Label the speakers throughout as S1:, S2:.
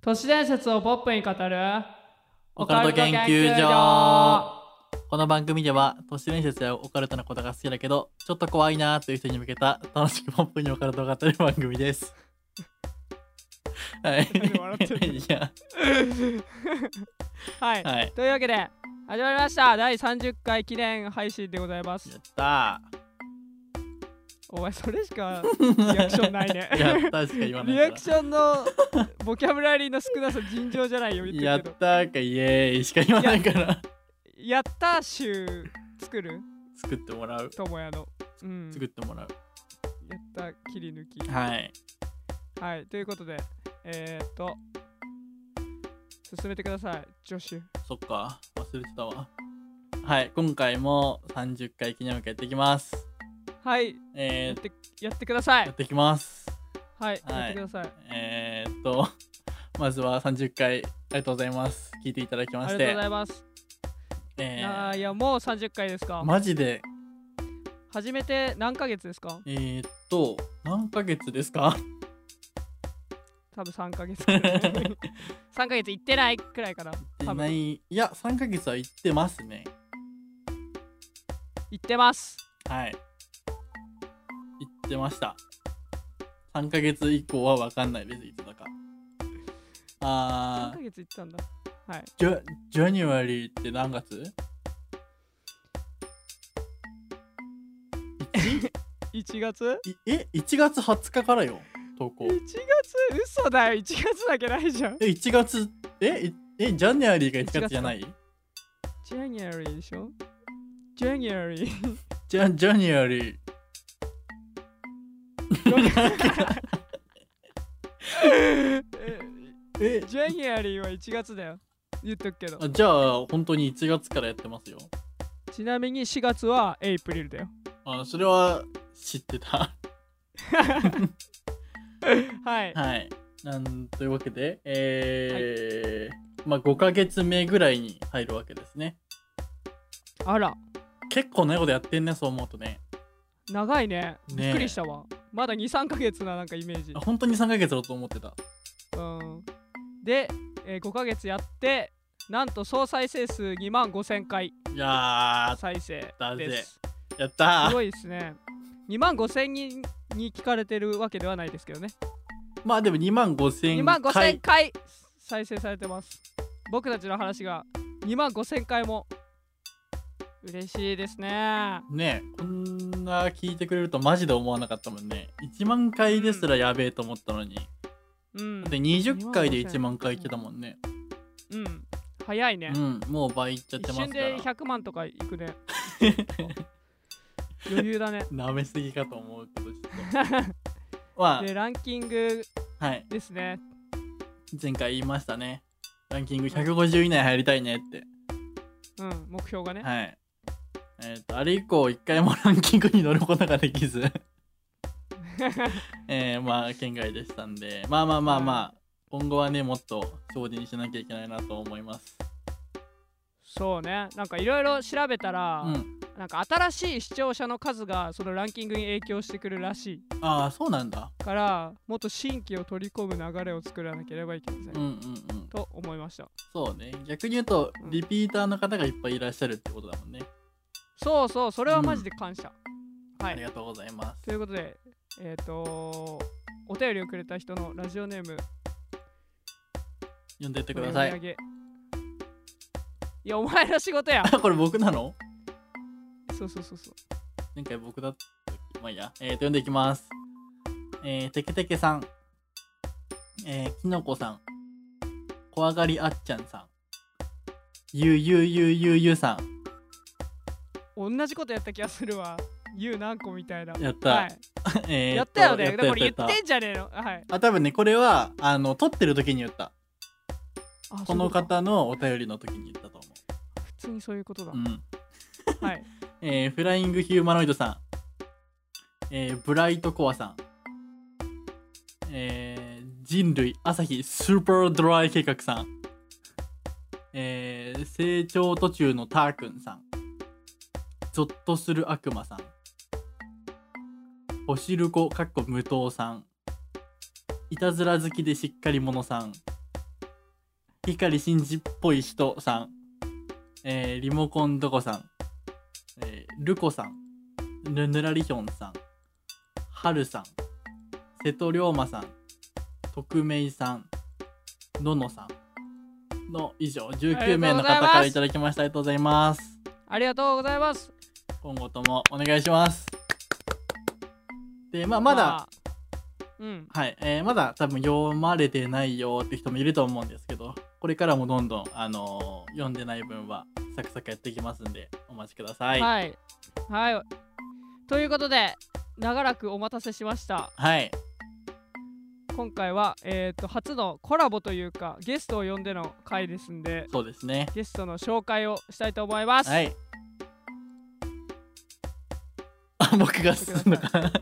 S1: 都市伝説をポップに語る
S2: オカルト研 究所この番組では都市伝説やオカルトなことが好きだけどちょっと怖いなーという人に向けた楽しくポップにオカルトを語る番組ですはい
S1: 何笑ってる
S2: いや
S1: はい、
S2: はい
S1: というわけで始まりました第30回記念配信でございま
S2: や
S1: す
S2: った
S1: お前それしか
S2: ー
S1: リアクションないね
S2: やったーしか言わない
S1: リアクションのボキャブラリーの少なさ尋常じゃないよ言って
S2: やっ
S1: るけど
S2: たーかイエーイしか言わないから
S1: やったー集作る
S2: 作ってもらう
S1: ともやのうん
S2: 作ってもらう
S1: やった切り抜き
S2: はい
S1: はいということでえー、っと進めてください助手
S2: そっか忘れてたわはい今回も30回記念向けやっていきます
S1: はいや
S2: え
S1: っ
S2: ー、
S1: てやってくださ
S2: や
S1: い
S2: っていきます
S1: はい、
S2: はい
S1: やってください
S2: えー、っと、 まずは30回ありがとうございます。聞いていただきま
S1: あり
S2: し
S1: がとう
S2: て
S1: ござ。います、
S2: え
S1: あーい
S2: ー、
S1: やもう30回ですか、
S2: マジで、
S1: 初めて何ヶ月ですか
S2: えー、っと、何ヶ月ですか
S1: 多分3ヶ 月3
S2: 行
S1: ヶ月行ってないくらいかな
S2: って
S1: 多
S2: な
S1: 分
S2: い。いや、3ヶ月は行ってますね。
S1: 行ってます
S2: はい。行ってました。3ヶ月以降は分かんないです、いつだか。
S1: 3
S2: あ
S1: ヶ
S2: ー、
S1: 月行ったんだはい
S2: ジャジャニュアリーって何月
S1: 1月
S2: いえ、1月20日からよ、投稿
S1: ?1。月嘘だよ1月だけないじゃん
S2: え、1月、え、いえ、ジャニュアリーが1月じゃない
S1: ジャニュアリーでしょジャニュアリー
S2: じゃ、ジャニュアリ
S1: え
S2: ー。え、
S1: ジャニュアリーは1月だよ言っとくけど
S2: あじゃあ、本当に1月からやってますよ。
S1: ちなみに4月はエイプリルだよ
S2: あ、それは知っ てた。
S1: はい
S2: はい。なんというわけで、えーまあ5ヶ月目ぐらいに入るわけですね。
S1: あら
S2: 結構長いことやってんね、そう思うとね。
S1: 長いね
S2: ねえ
S1: びっくりしたわまだ23ヶ月ななんかイメージ
S2: あ本当に3ヶ月だと思ってた。
S1: うんで、え5ヶ月やってなんと総再生数2万5000回
S2: いや
S1: 再生
S2: だぜ
S1: です
S2: ー、やった
S1: す
S2: ー。
S1: ごいですね2万5000人に聞かれてるわけではないですけどね
S2: まあでも2万5千
S1: 2万5000回再生されてます僕たちの話が2万5000回も嬉しいですね
S2: ねえこんな聞いてくれるとマジで思わなかったもんね1万回ですらやべえと思ったのに、
S1: うん
S2: だって20回で1万回いってたもんね
S1: うん早いね、
S2: うんもう倍いっちゃって
S1: 一
S2: ます
S1: 瞬
S2: から
S1: で100万とかい くね余裕だね
S2: 舐めすぎかと思うけどちょっ とま
S1: でランキング
S2: あはい
S1: ですね
S2: 前回言いましたねランキング150以内入りたいねって
S1: うん目標がね、
S2: はいえっ、とあれ以降一回もランキングに乗ることがで きずえー、まあ県外でしたんでまあまあまあまあ、今後はねもっと精進しなきゃいけないなと思います
S1: そうねなんかいろいろ調べたら、
S2: うん
S1: なんか新しい視聴者の数がそのランキングに影響してくるらし
S2: ああそうなんだ
S1: いからもっと新規を取り込む流れを作らなければいけません、
S2: うんうんうん
S1: と思いました
S2: そうね逆に言うと
S1: うん
S2: リピーターの方がいっぱいいらっしゃるってことだもんね、
S1: そうそうそれはマジで感謝、は
S2: あり
S1: い
S2: がとうございます
S1: ということでえっ、とお便りをくれた人のラジオネーム
S2: 読んでってく
S1: お
S2: ださ
S1: 読み上げ
S2: い
S1: いやお前の仕事や
S2: これ僕なの
S1: そうそうそうそう
S2: 前回僕だったっけまあいいやえー、と読んでいきますえー、てけてけさんえー、きのこさん怖がりあっちゃんさんゆうゆうゆうゆうゆうさん
S1: 同じことやった気がするわゆう何個みたいな
S2: やった
S1: はい
S2: えー、
S1: やったよね
S2: やっ
S1: だ
S2: た
S1: から
S2: や
S1: これ
S2: った
S1: 言
S2: やった
S1: ってんじゃねえのはい
S2: あ多分ねこれはあの撮ってる時に言った
S1: あ
S2: この
S1: そういうと
S2: 方のお便りの時に言ったと思
S1: 普通にそういうことだ
S2: う、うん
S1: はい
S2: えーフライングヒューマノイドさん、えーブライトコアさん、えー人類朝日スーパードライ計画さん、えー成長途中のターくんさん、ゾッとする悪魔さん、おしるこかっこ無糖さん、いたずら好きでしっかり者さん、光真司っぽい人さん、えーリモコンどこさん、えールコさん、ヌヌラリヒョンさん、ハルさん、瀬戸龍馬さん、匿名さん、ののさんの以上19名の方からいただきました。ありがとうございます。
S1: ありがとうございます
S2: 今後ともお願いします。で、まあ、まだ、
S1: あうん
S2: はい、えーまだ多分読まれてないよって人もいると思うんですけど、これからもどんどん、あのー読んでない分はサクサクやっていきますんで、お待ちください。はい。
S1: はいはいということで長らくお待たせしました今回は、えー、と初のコラボというかゲストを呼んでの回ですんで
S2: そうですね。
S1: ゲストの紹介をしたいと思います、
S2: はい。あ、僕が進むのかな。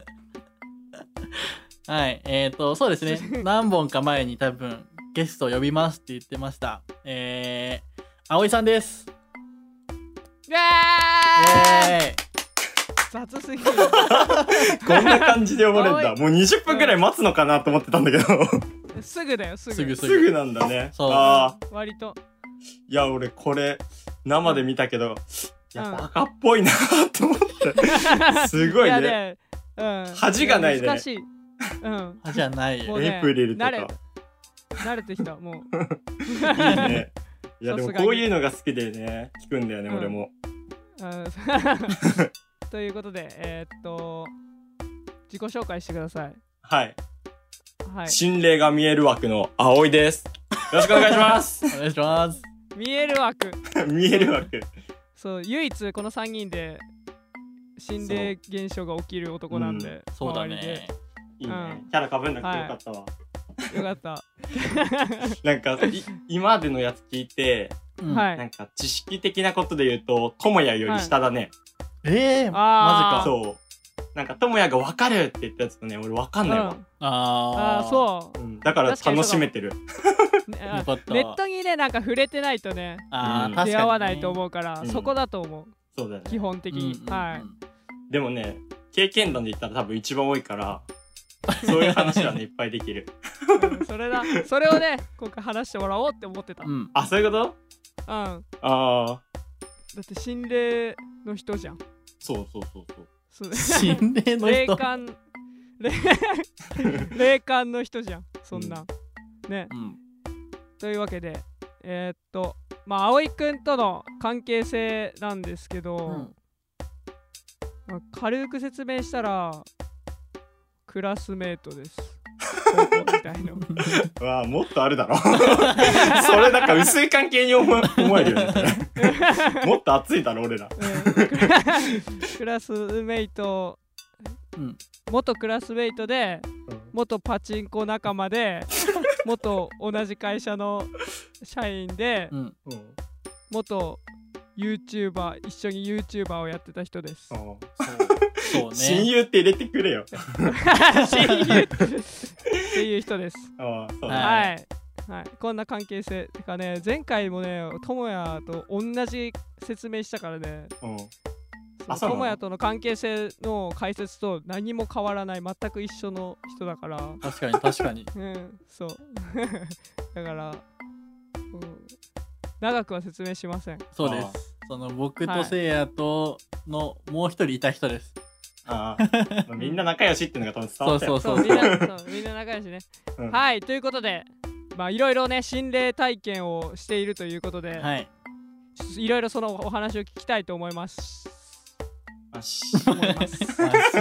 S2: はい、えっ、と、そうです ね。何本か前に多分ゲストを呼びますって言ってました。えー、葵さんです。
S1: イエーイ
S2: え
S1: 雑すぎる
S3: こんな感じで呼ばれるんだ。
S1: 青
S3: もう20分くらい待つのかなと思ってたんだけど、
S1: すぐだよすぐ
S2: すぐ
S3: すぐなんだね。
S2: そう
S3: ああ、
S1: 割と
S3: いや、俺これ、生で見たけど、いや、バカっぽいなと思って。すごいね
S1: やうん、
S3: 恥がないね
S1: や難しい、うん、
S2: ー、じゃない
S1: も
S2: よ。
S1: うね
S3: エイプリルと
S1: 慣れ
S3: か。
S1: 慣れてきたも
S3: いいね。いや、で
S1: さ
S3: も
S1: すがに
S3: こういうのが好きでね、聞くんだよね、
S1: うん
S3: 俺も。
S1: う、うん、 ということでえー、っと自己紹介してください
S3: はい。
S1: はい
S3: 心霊が見える枠の葵です。よろしくお願い します。
S2: お願いします。
S1: 見える枠
S3: 見える枠。
S1: そう唯一この3人で心霊現象が起きる男なんで、
S2: そうだ
S1: 周り
S2: ね。
S3: いいね
S1: うん。
S3: キャラ被んなくてよかったわ。
S1: でよかった、
S3: なんか、い今までのやつ聞いて、
S2: うん
S1: はい
S3: なんか知識的なことで言うと、ともやより下だね。
S2: えー、
S1: あー
S2: マジか。
S3: そう。なんか、ともやが分かるって言ったやつとね、俺分かんないわ。
S2: あ
S1: あ
S2: ー
S1: ーそう
S3: うん。だから楽しめてる。
S1: ね
S2: よ
S1: あ
S2: かった。
S1: ネットにねなんか触れてないとね
S2: あー、
S3: う
S2: 確
S3: ん
S2: かにね
S1: 出会わないと思うから、
S3: うん
S1: そこだと思う
S3: そうだよ
S1: 基
S3: ね。
S1: 本的に、
S2: うんうんうん
S1: はい
S3: でもね、経験談で言ったら多分一番多いから、 そういう話はね、いっぱいできる。
S1: うんそれだそれをね今回話してもらおうって思ってた、うん、
S2: うん。
S3: あ、そういうこと
S1: だ
S3: ああ。
S1: って心霊の人じゃん
S3: そうそうそうそう。
S1: そう
S2: 心霊の
S1: 霊
S2: 人。
S1: 感 霊霊感の人じゃんそんな、ね
S2: うん。
S1: というわけでえーっとまあ葵くんとの関係性なんですけど、
S2: うん
S1: まあ軽く説明したらクラスメート です高校みたいな
S3: うわあ、もっとある だろ。それなんか薄い関係に思え思えるよね。 もっと熱いだろ、俺ら。
S1: うんクラクラスメイト、
S2: うん
S1: 元クラスメイトで元パチンコ仲間 で元同じ会社の社員で
S2: うん。
S3: うん。
S1: 元 YouTuber 一緒に YouTuber をやってた人です
S2: そう
S3: 親
S2: ね。
S3: 友って入れてくれよ。
S1: 親友っていう人です
S3: ああ、そ
S2: は
S3: うだ。
S1: はい、はい、こんな関係性てかね前回もね智也と同じ説明したからね
S3: うん。
S1: そう
S3: あそうなの
S1: 智也との関係性の解説と何も変わらない全く一緒の人だから
S2: 確かに確 かに。
S1: うんそうだから、うん、長くは説明しません
S2: そうです。その僕とせいやとのもう一人いた人です。
S3: ああ。 まあみんな仲良しっていうのが多分伝わ
S2: そう
S3: っ
S1: そ
S2: そうそう
S3: たよ。
S2: う。
S1: みんなそうみんな仲良しね、
S3: うん
S1: はいということでまあいろいろね心霊体験をしているということで、
S2: はい。
S1: いろいろそのお話を聞きたいと思います
S3: マシ
S1: 思います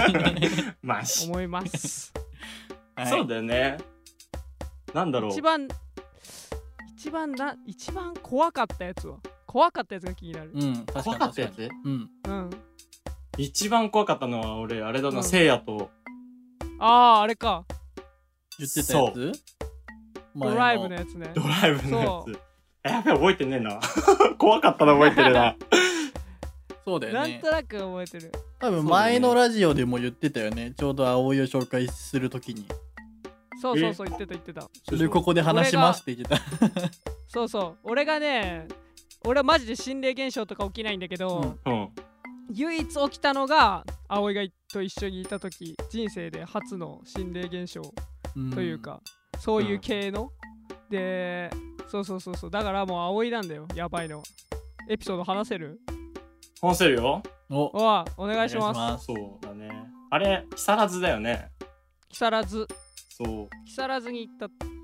S3: マシ
S1: 思います
S3: そう
S2: だ。
S3: だよね。なん だろう
S1: 一。番一番な一番怖かったやつは怖かったやつが気になる
S2: うん。確かに
S3: 怖かったや
S2: 確に
S3: つ
S2: うん。
S1: うん
S3: 一番怖かったのは俺、あれだ
S1: うん
S3: な、せいやと。
S1: あああれか
S2: 言ってたやつ
S1: ドライブの。やつね
S3: ドライブのや
S1: そう
S3: つ。えやべえ、覚えてねえな。 怖かったの覚えてるな。
S2: 前のそうだよ
S1: なん
S2: ね
S1: と。なく覚えてる
S2: 多分前のラジオでも言ってたよね。ちょうど葵を紹介するときに。
S1: そうそうそう言ってた言ってた
S2: それここで話しますって言ってた。
S1: そうそう俺がね俺はマジで心霊現象とか起きないんだけど、
S2: うん
S3: うん。
S1: 唯一起きたのが葵がと一緒にいた時人生で初の心霊現象という。か、そういう系の、でそうそうそうそうだからもう葵なんだよやばいのエピソード話せる
S3: 話せるよ。
S2: お
S1: おわお願いし
S2: お願
S1: ま
S2: いし
S1: す
S2: ま
S3: そうだね。あれ、木更津だよね。
S1: 木更津
S3: そう。
S1: 木更津に行っ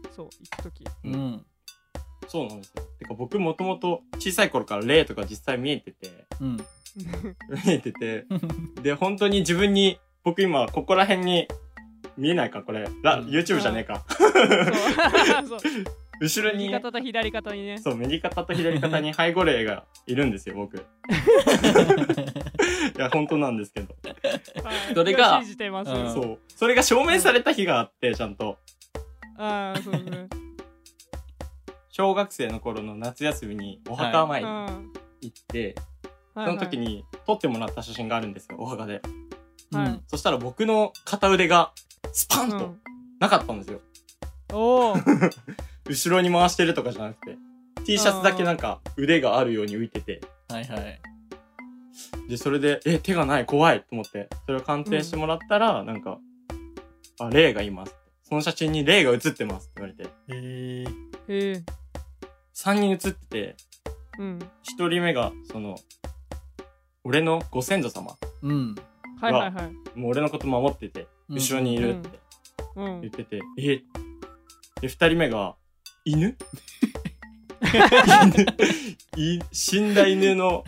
S1: たそう行く時
S2: うん
S3: そうなんですよ。てか僕もともと小さい頃から霊とか実際見えてて、
S2: うん
S3: 見えてて、で、本当に自分に、僕今ここら辺に見えないかこれ、ラ
S2: うん
S3: YouTube じゃねえか。
S1: そう そう
S3: 後ろ
S1: 右
S3: に、
S1: 肩と左肩にね
S3: そう、右肩と左肩に背後霊がいるんですよ、僕。いや、本当なんですけど。
S1: はい
S3: それが
S1: 信じてます
S2: うん
S3: そう。それが証明された日があって、ちゃんと。
S1: ああそうですね
S3: 小学生の頃の夏休みにお墓参り行って、その時
S1: に
S3: に撮ってもらった写真があるんですよ、お墓で。
S1: はい
S2: うん
S3: そしたら僕の片腕がスパン
S1: う
S3: と
S1: ん
S3: なかったんですよ。
S1: おお
S3: 後ろに回してるとかじゃなくて。T シャツだけなんか腕があるように浮いてて。
S2: はいはい
S3: で、それで、え、手がない、怖いと思って、それを鑑定してもらったら、なんか、あ、霊がいます。その写真に霊が写ってますって言われて。
S2: えー
S1: へえ
S3: 3人写ってて、
S1: うん
S3: 1人目が、その、俺のご先祖様。
S2: うん
S1: はいはいはい
S3: もう俺のこと守ってて、
S2: うん
S3: 後ろにいるって。
S1: う
S3: 言っ
S1: ん
S3: てて、えで、二人目が、犬犬い死んだ犬の、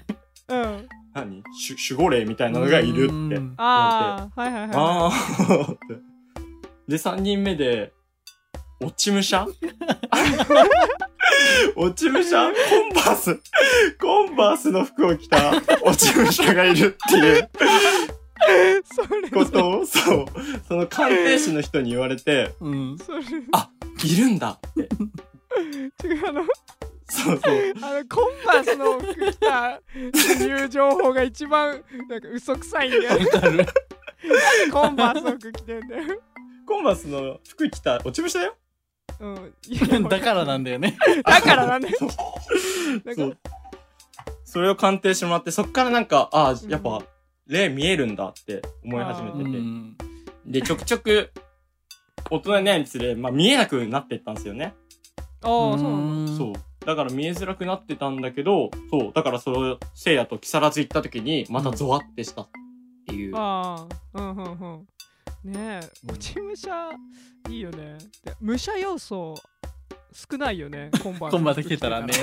S1: うん
S3: 何しゅ守護霊みたいなのがい
S2: う
S3: るって。
S2: ん
S1: ああはいはいは
S3: ああ、って。 で、三人目で、落ち武者 落ち武者コンバースコンバースの服を着た落ち武者がいるっていう
S1: い それ
S3: ことを、そう、その鑑定士の人に言われて、
S2: うん
S1: それ
S3: いるんだって。
S1: 違うあの
S3: そうそう。
S1: あのコンバースの服着たっていう情報が一番なんか嘘くさいんだよね
S2: わかる
S1: コンバースの服着てんだよ
S3: コンバースの服着た落ち武者だよ。
S1: うんいや
S2: だからなんだよね
S1: だからなんだよ
S3: そう
S1: なんか
S3: そう。それを鑑定してもらって、そっからなんか、ああ、やっ
S1: う
S3: ぱ
S1: ん、
S3: 霊見えるんだって思い始
S2: う
S3: めてて。
S2: ん
S3: で、ちょくちょく、大人になるにつれ、まあ見えなくなってったんですよね。
S1: ああそうなんだ
S3: そう。だから見えづらくなってたんだけど、そう。だからそれを、せいやと木更津行った時に、またゾワってしたっていう。
S1: ああうんうんうんねえ
S3: うん
S1: 落ち武者いいよねで武者要素少ないよ ねコンバース
S2: コンバース着てたら ね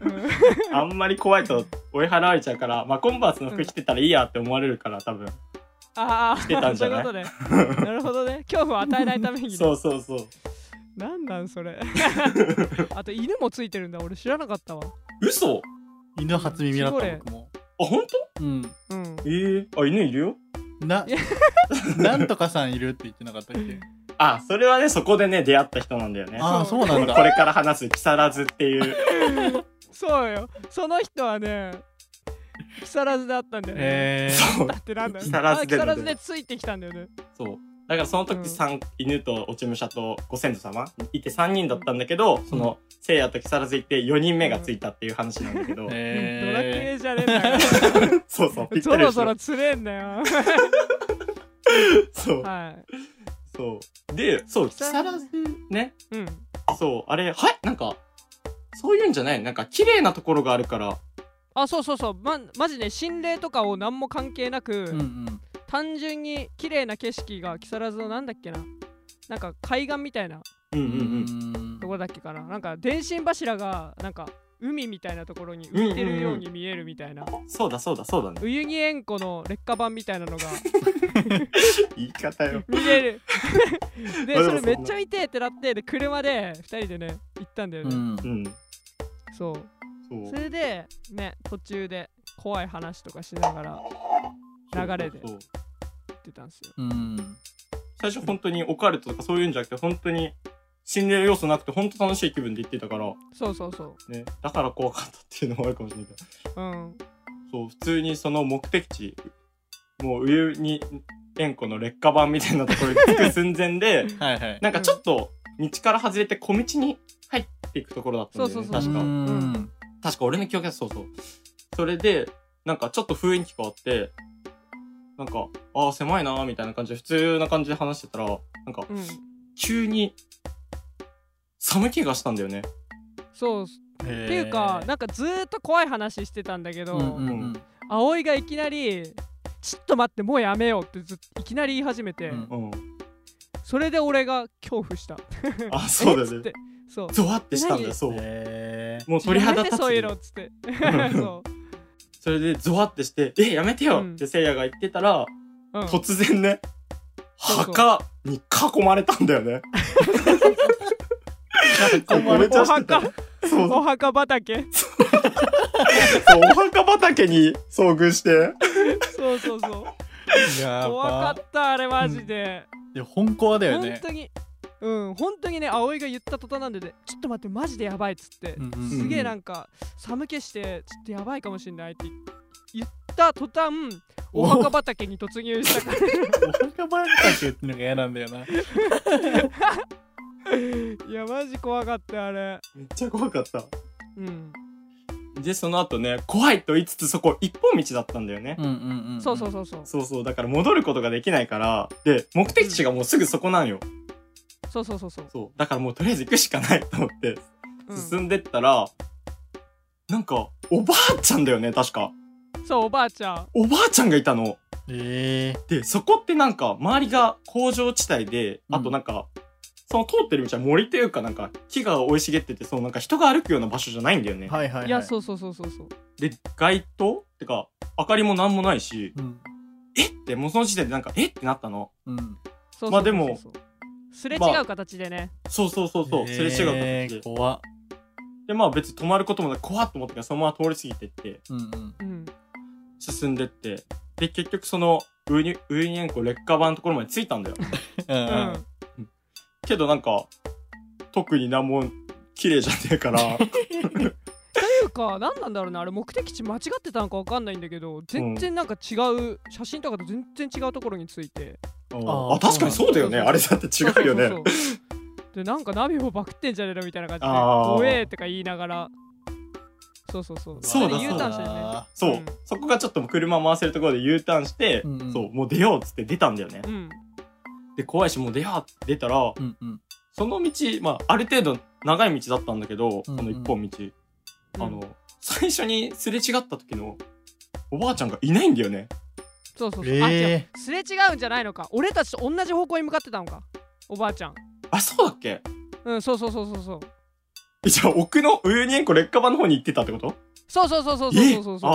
S1: うん
S3: あんまり怖いと追い払われちゃうから、まあコンバースの服着てたらいいやって思われるから、多分。
S1: ああ
S3: てたんじゃない
S1: そういうことねなるほどね恐怖を与えないためにね
S3: そうそうそう。
S1: なんなんそれ あと犬もついてるんだ俺知らなかったわ
S3: 嘘あ、
S2: 犬初耳だった僕も
S3: 本
S2: うん
S1: うん
S3: 当？ええあ、犬いるよ。
S2: ななんとかさんいるって言ってなかったっけ
S3: あ、それはね、そこでね、出会った人なんだよね。
S2: ああ
S1: そ
S2: そううなん
S3: こ
S2: だ
S3: れから話す木更津っていう。
S1: そうよその人はね木更津だったんだよね、
S2: えー
S3: そう
S1: だ。ってなんだよ
S3: 木更
S1: あ
S3: 津
S1: 木
S3: で
S1: 更津でついてきたんだよね
S3: そう。だからその
S1: うん
S3: 時、三犬と落ち武者とご先祖様いて3人だったんだけど、その、せいやと木更津行って4人目がついたっていう話なんだけど、
S1: ドラク
S2: え
S1: エじゃねえんだよ
S3: そうそう、ぴっ
S1: ゾ
S3: たり
S1: ロ
S3: でし
S1: ゾ
S3: ょ
S1: ロ。釣れんだよ
S3: そう、
S1: は
S3: そう。で、そう、木更津ね、
S1: いうん
S3: そう、あれ、はい、なんか、そういうんじゃないなんか、綺麗なところがあるから、
S1: あそうそうそうまマジね心霊とかを何も関係なく、
S2: ーうんうん
S1: 単純に綺麗な景色が木更津のなんだっけななんか海岸みたいな
S3: うんう
S2: うん
S3: うん。
S2: ん
S1: どこだっけかななんか電信柱がなんか海みたいなところに浮いてるように見えるみたいな、
S3: そうだそうだそうだね。
S1: ウユニ塩湖の劣化版みたいなのが
S3: 言い方よ。
S1: 見れるで
S3: まあでも
S1: それ
S3: そんな
S1: めっちゃ見てえってなってで車で2人でね行ったんだよ
S2: う
S1: ね、
S2: ん
S3: うん。
S1: そう
S3: そう
S1: そ。れでね途中で怖い話とかしながら流れで
S3: そうそうそう
S1: 行ってたんですよ
S2: うん
S3: 最初本当にオカルトとかそういうんじゃなくて本当に心霊要素なくて本当楽しい気分で行ってたから、
S1: そうそうそ
S3: ね、だから怖かったっていうのもあるかもしれないけど
S1: ううん
S3: そう普通にその目的地もう上に塩湖の劣化版みたいなところに着く寸前で
S2: はいはい
S3: なんかちょっと道から外れて小道に入っていくところだったんだよ
S1: そう
S3: ね
S1: そうそう
S3: 確か
S2: うん
S3: 確か俺の記憶だとそうそうそれでなんかちょっと雰囲気変わってなんかああ狭いなーみたいな感じで普通な感じで話してたらなんか
S1: うん
S3: 急に寒気がしたんだよね。
S1: そう
S2: て
S1: っていうかなんかずーっと怖い話してたんだけど、葵がいきなり「ちょっと待ってもうやめよう」ってずっといきなり言い始めて、
S2: うん
S3: うん。
S1: それで俺が恐怖した。
S3: あ、そう だ
S1: えっつっ
S3: ね
S1: て。そう
S3: ゾワってしたんだよ、
S1: 何
S3: そう。
S2: え
S3: もう鳥肌
S1: やめ
S3: 立
S1: て
S3: つ
S1: そういう
S3: よ。
S1: のっつって そ
S3: それでゾワってして、え、やめてよってせいやが言ってたら、
S1: う、うん、
S3: 突然ね、
S1: そうそう
S3: 墓に囲まれたんだよね。囲まれちゃ
S1: お
S3: してた。
S1: 墓
S3: そうそう
S1: お墓畑
S3: そう、お墓畑に遭遇して。
S1: そうそうそう
S2: や
S1: 怖か
S2: ば
S1: ったあれマジで、
S2: いや本コアだよ
S1: 本
S2: ね
S1: 当にうん本当にね葵が言った途端なんでねちょっと待ってマジでやばいっつって、
S2: うんうんうん
S1: すげえなんか寒気してちょっとやばいかもしれないって言った途端お墓畑に突入したから
S2: お墓畑ってのが嫌なんだよ な
S1: いやマジ怖かったあれ
S3: めっちゃ怖かった。
S1: うん
S3: で、その後ね、怖いと言いつつそこ一本道だったんだよね。
S2: うんうんうん
S1: そうそうそうそう
S3: そうそう、だから戻ることができないから、で、目的地がもうすぐそこなんよ。
S1: そうそうそうそう、
S3: そう。だからもうとりあえず行くしかないと思って、
S1: う
S3: 進んでったら、なんか、おばあちゃんだよね、確か。
S1: ん、そうおばあちゃん
S3: おばあちゃんがいたの。
S2: え
S3: で、そこってなんか、周りが工場地帯で、あとなんか、その通ってる道は森というかなんか、木が生い茂ってて、そのなんか人が歩くような場所じゃないんだよね
S2: ー、。はいはいはい
S1: いやそうそうそうそうそう
S3: で、街灯ってか、明かりもなんもないし、
S2: うん
S3: えって、もうその時点でなんか、えってなったの。
S2: うん
S1: そうそうそうそう
S3: まあでも
S1: すれ違う形でね、
S3: そうそうそうそう、すれ違
S2: え
S3: う形
S2: ー
S3: で。
S2: 怖っ
S3: で、まあ別に止まることもなく、怖っと思ったから、そのまま通り過ぎてって、
S2: うんうん
S1: うん
S3: 進んでって。で、結局その、ウニウユニ塩湖劣化版のところまで着いたんだよ。
S2: うん
S1: う
S2: うん
S1: ん
S3: けどなんか、特になんも綺麗じゃね えから、
S1: っていうか何なんだろうなあれ目的地間違ってたのか分かんないんだけど全然なんか違う、写真とかと全然違うところについて
S2: あー
S3: あ確かにそうだよね。あれだって違うよ
S1: そうそう
S3: ね。
S1: そうそうでなんかナビをバクってんじゃねえのみたいな感じで
S3: あー
S1: 「おえ!」とか言いながらそうそうそう
S3: そうだ
S1: あれ U ターンしたよね
S3: そう
S1: う
S3: そこがちょっと車回せるところで U ターンして、
S2: うんうん
S3: そう、もう出ようっつって出たんだよね。
S1: うん
S3: で、怖いし、もう出ようって出たら、
S2: うんうん
S3: その道、まあ、ある程度長い道だったんだけど、そ
S2: うんうん
S3: の一本道。
S1: うん
S3: あの、最初にすれ違った時の、おばあちゃんがいないんだよね。
S1: そうそうそう、あ違う
S2: え
S1: すれ違うんじゃないのか俺たちと同じ方向に向かってたのかおばあちゃん
S3: あ、そうだっけ
S1: うんそうそうそうそうそう
S3: えじゃあ、奥のウユニ塩湖劣化版の方に行ってたってこと
S1: そうそうそうそうそうそうそう
S3: えあ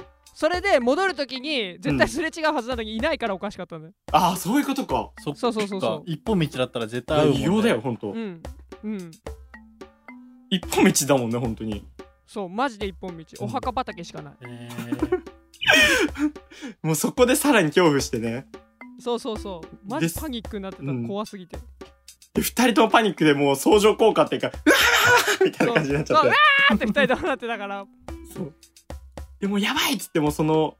S3: ー
S1: それで戻るときに絶
S3: うん
S1: 対すれ違うはずなのにいないからおかしかったんだよ
S3: あー、そういうことか。
S2: ーそっ
S1: そうそうそうそう
S2: か一本道だったら絶
S3: い
S2: 対
S3: や
S2: 合うもん
S3: 異様だよ、ほんと。
S1: うんうん
S3: 一本道だもんね、ほんとに。
S1: そうマジで一本道
S3: うん
S1: お墓畑しかない、
S2: えー
S3: もうそこでさらに恐怖してね。
S1: そうそうそうマ
S3: で
S1: ジ
S3: す
S1: パニックになってた、
S3: うん
S1: 怖すぎて
S3: で、二人ともパニックでもう相乗効果っていうか、うわーみたいな感じになっちゃっ
S1: そう
S3: て
S1: うわ。ーって二人ともなってたから
S3: そうでもやばいっつってもその、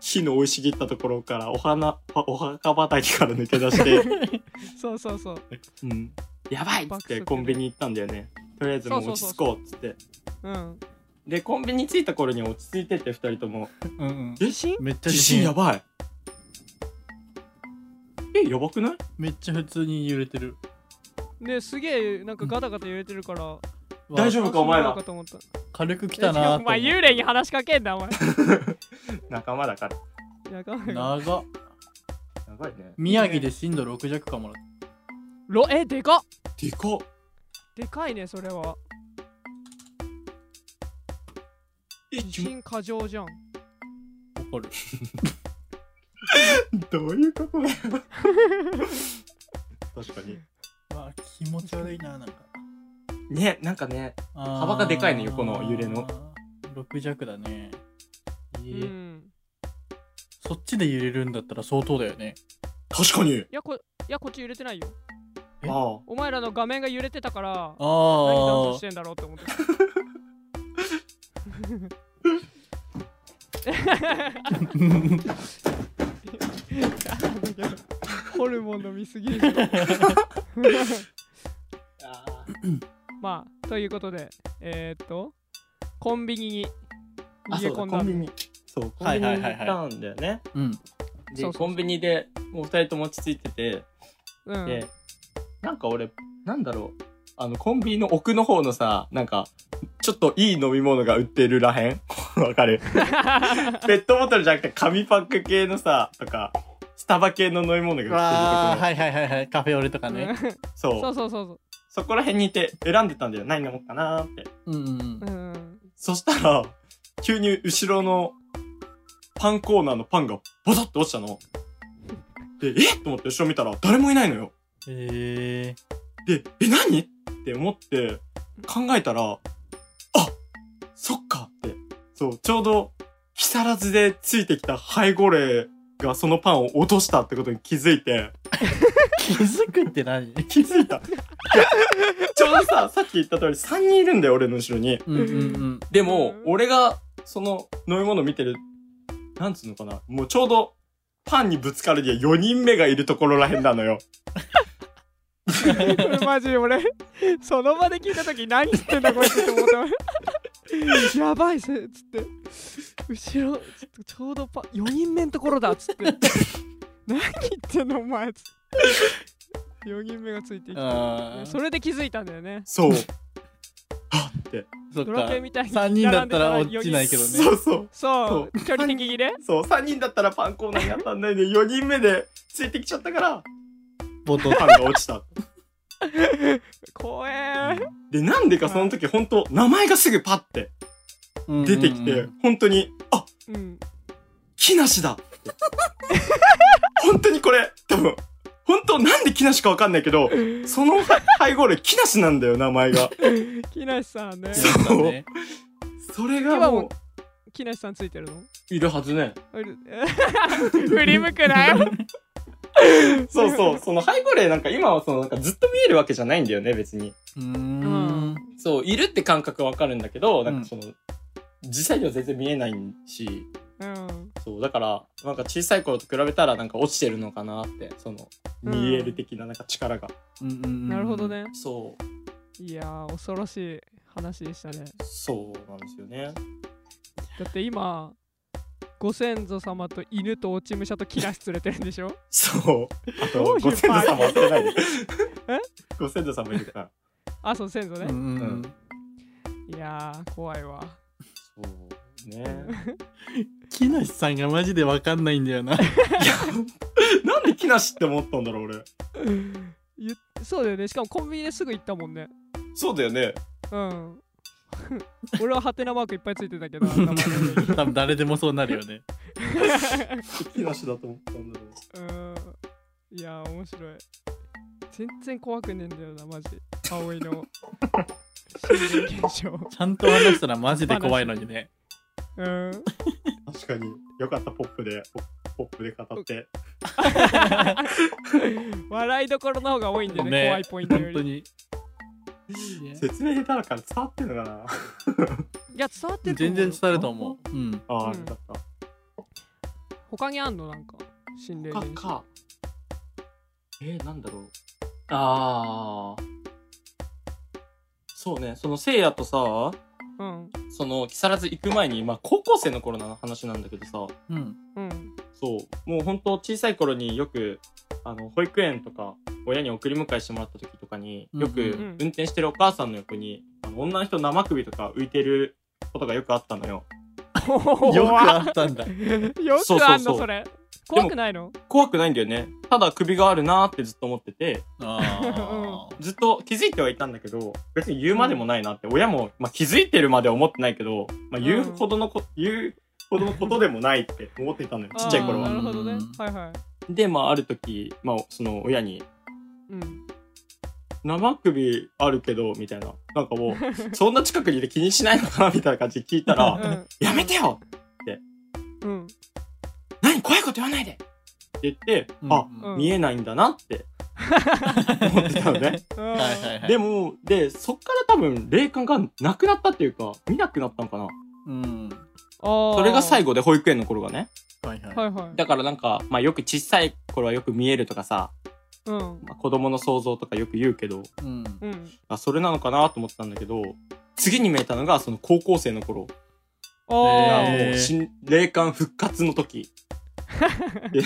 S3: 火の生い茂ったところからお花、お墓畑から抜け出して、
S1: そうそうそう
S3: うん、やばいっつっ
S1: 爆速
S3: て
S1: で
S3: コンビニ行ったんだよね。とりあえずもう落ち着こうっつって。
S1: うん
S3: で、コンビニ着いた頃に落ち着いてて二人とも、
S2: うんうん
S3: え
S1: 地震
S2: めっちゃ
S3: 地
S2: 地
S3: 震
S2: 震
S3: やばい。え、やばくない
S2: めっちゃ普通に揺れてる
S1: ねすげえなんかガタガタ揺れてるから
S2: わ
S3: 大丈夫かお前ら
S1: かと思った
S2: 軽く来たなー
S1: お
S2: と思
S1: 前幽霊に話しかけんなお前
S3: 仲間だから。
S1: やか
S2: う長っ
S3: やばいね。
S2: 宮城で震度6弱かもな
S1: ろえでかっ
S3: でかっ
S1: でかいねそれは
S3: え、
S1: 地
S3: ちょ
S1: 震過剰じゃん
S2: 怒る
S3: どういうことだよ。確かに。
S2: わあ気持ち悪いななんか
S3: ね、なんかね、
S2: あー
S3: 幅がでかいね横の揺れの
S2: 6弱だね
S1: う
S2: えー
S1: ん
S2: そっちで揺れるんだったら相当だよね
S3: 確かに
S1: いやこいやこっち揺れてないよ
S2: え
S3: あ
S1: お前らの画面が揺れてたから
S2: あ
S1: 何ダンス
S2: ー
S1: してんだろうって思 ってたホルモン飲みすぎる
S3: あ。
S1: まあということでえー、っとコンビニに
S3: あ
S1: 逃げ
S3: そう
S1: 込
S3: だ
S1: ん
S3: コ
S1: だ
S3: ンビニそうコン
S2: は
S3: ビ
S2: い
S3: ニ
S2: はい
S3: に
S2: はい
S3: 行
S2: はい
S3: ったんだよね
S2: うん
S3: で
S1: そうそうそう
S3: コンビニでもう二人とも落ち着いてて、
S1: うん
S3: でなんか俺なんだろうあの、コンビニの奥の方のさ、なんか、ちょっといい飲み物が売ってるらへん わ かる ペットボトルじゃなくて紙パック系のさ、とか、スタバ系の飲み物が売って るところ
S2: あーはいはいはいはいカフェオレとかね
S3: そう
S1: そ
S3: そう
S1: そうそう
S3: こら辺にいて選んでたんだよ。何飲もうかなーって。
S2: うんうん
S1: そううん
S3: そしたら、急に後ろのパンコーナーのパンがボタッと落ちたの。で、えっと思って後ろ見たら誰もいないのよ。
S2: え
S3: で、え、何って思って考えたら、あそっかって。そう、ちょうど、木更津でついてきた背後霊がそのパンを落としたってことに気づいて、
S2: 気づくって何
S3: 気づいた。ちょうどさ、さっき言った通り3人いるんだよ、俺の後ろに。
S2: うんうんうん
S3: でも、
S1: うん
S3: 俺が、その、飲み物見てる、なんつうのかな、もうちょうど、パンにぶつかるには4人目がいるところらへんな のよ。
S1: これマジ俺その場で聞いた時何言ってんだこいつって思ったやばいせつって後ろちょっとちょうどパ4人目のところだつって何言ってんのお前つって4人目がついてき
S2: あ
S1: て
S2: ー
S1: それで気づいたんだよね
S3: そう。あって。
S2: そっ
S1: ド
S2: か
S1: ラケンみたいに
S2: 3人だったら
S1: 並んで
S2: 落
S1: たら
S2: ちないけどね
S3: そうそう。
S1: そう距離的切れ
S3: そう、3人だったらパンコーナーにあったんだよね。4人目でついてきちゃったから、
S2: ボト
S3: パンが落ちた。
S1: 怖え
S3: で、なんでかその時本当名前がすぐパッて出てきて、本当に、あ、
S1: うん
S3: 木梨だ って。本当にこれ、多分、本当なんで木梨かわかんないけど、その背後で木梨なんだよ、名前が。
S1: 木梨さんね
S2: そうね
S3: それ
S1: 今
S3: が
S1: も
S3: も
S1: 木梨さんついてるの
S3: う、いるはずね。
S1: あれ振り向くなよ
S3: そうそう、その背後霊なんか今はそのなんかずっと見えるわけじゃないんだよね、別に。
S2: うーん
S3: そう、いるって感覚はわかるんだけど、なん
S2: うん
S3: かその、実際には全然見えないし、
S1: うん
S3: そう、だから、なんか小さい頃と比べたらなんか落ちてるのかなって、その、
S1: うん
S3: 見える的ななんか力が。
S2: うんうんうん
S1: なるほどね
S3: そ
S1: いやー恐ろしい話でしたね
S3: う、そうなんですよね。
S1: だって今ご先祖様と犬と落ち武者と木梨連れてるんでしょ
S3: そう。あ
S1: ど
S3: と
S1: う、いう
S3: ご先祖様忘れ ないで。
S1: え
S3: ご先祖様いるから。
S1: あそう先祖
S2: う
S1: ね、
S2: んうんうん
S1: いやー怖いわ
S3: そうね。
S2: 木梨さんがマジでわかんないんだよな
S3: なんで木梨って思ったんだろう、俺。
S1: ゆそうだよねしかもコンビニですぐ行ったもんね
S3: そうだよね。
S1: うん 俺はハテナマークいっぱいついてたけど 頭の上に
S2: 多分誰でもそうなるよね
S3: 木梨だと思ったんだろう。
S1: うんいやー面白い全然怖くねえんだよなマジ葵 の心霊現象
S2: ちゃんと話したらマジで怖いのにね
S1: うん
S3: 確かに。よかった、ポップで、ポポップで語って。
S1: 笑いどころの方が多いんでね
S2: ね
S1: 怖いポイントよ
S2: 本当
S1: り
S2: に
S3: 説明下手だから伝わってんのかな
S1: いや伝わってると思
S2: 全
S1: う
S2: 然伝わると思ううん
S3: ああ、
S1: うん
S3: よかった。
S1: 他にあんのなんか心霊現象
S3: か。えー、なんだろう。ああ。そうね、その聖夜とさ、
S1: うん
S3: その木更津行く前に、まあ高校生の頃の話なんだけどさ、
S2: うん
S1: うん
S3: そう、もう本当小さい頃によく、あの、保育園とか、親に送り迎えしてもらった時とかに、よく
S2: うん
S1: うんうん
S3: 運転してるお母さんの横に、あの女の人生首とか浮いてることがよくあったのよ。
S2: よくあ
S1: 怖
S2: っ たんだ
S1: っよくあん
S3: そうそうそ
S1: の
S3: う
S1: それ怖くないの
S3: 怖くないんだよね。ただ首があるなーってずっと思ってて、
S2: あ
S3: ずっと気づいてはいたんだけど、別に言うまでもないなって、親も、まあ、気づいてるまでは思ってないけど、まあ、言うほどのこ、言うほどのことでもないって思ってたのよ、ちっちゃい頃
S1: あーな
S3: は。
S1: るほどね
S2: うん
S1: はいはい
S3: で、まあ、ある時、まあ、その親に、
S1: うん
S3: 生首あるけど、みたいな。なんかもう、そんな近くにいて気にしないのかなみたいな感じで聞い たら、やめてよ
S1: うんうん
S3: 何怖いこと言わないでって言って、
S2: ー
S3: あ、
S2: うん
S1: うん
S3: 見えないんだなって思ってたのね。
S1: うん
S2: はいはいはい
S3: でも、で、そっから多分、霊感がなくなったっていうか、見なくなったのかな
S2: うん
S1: そ
S3: それが最
S1: 後
S3: 後で保育園の頃がね。
S2: はいはい
S1: はいはい
S3: だからなんか、まあよく小さい頃はよく見えるとかさ、
S1: うん
S3: まあ、子供の想像とかよく言うけど、
S2: うん
S1: うん
S3: あ、それなのかなと思ったんだけど、次に見えたのがその高校生の頃。
S1: あー
S2: へー
S3: もう新霊感復活の時。で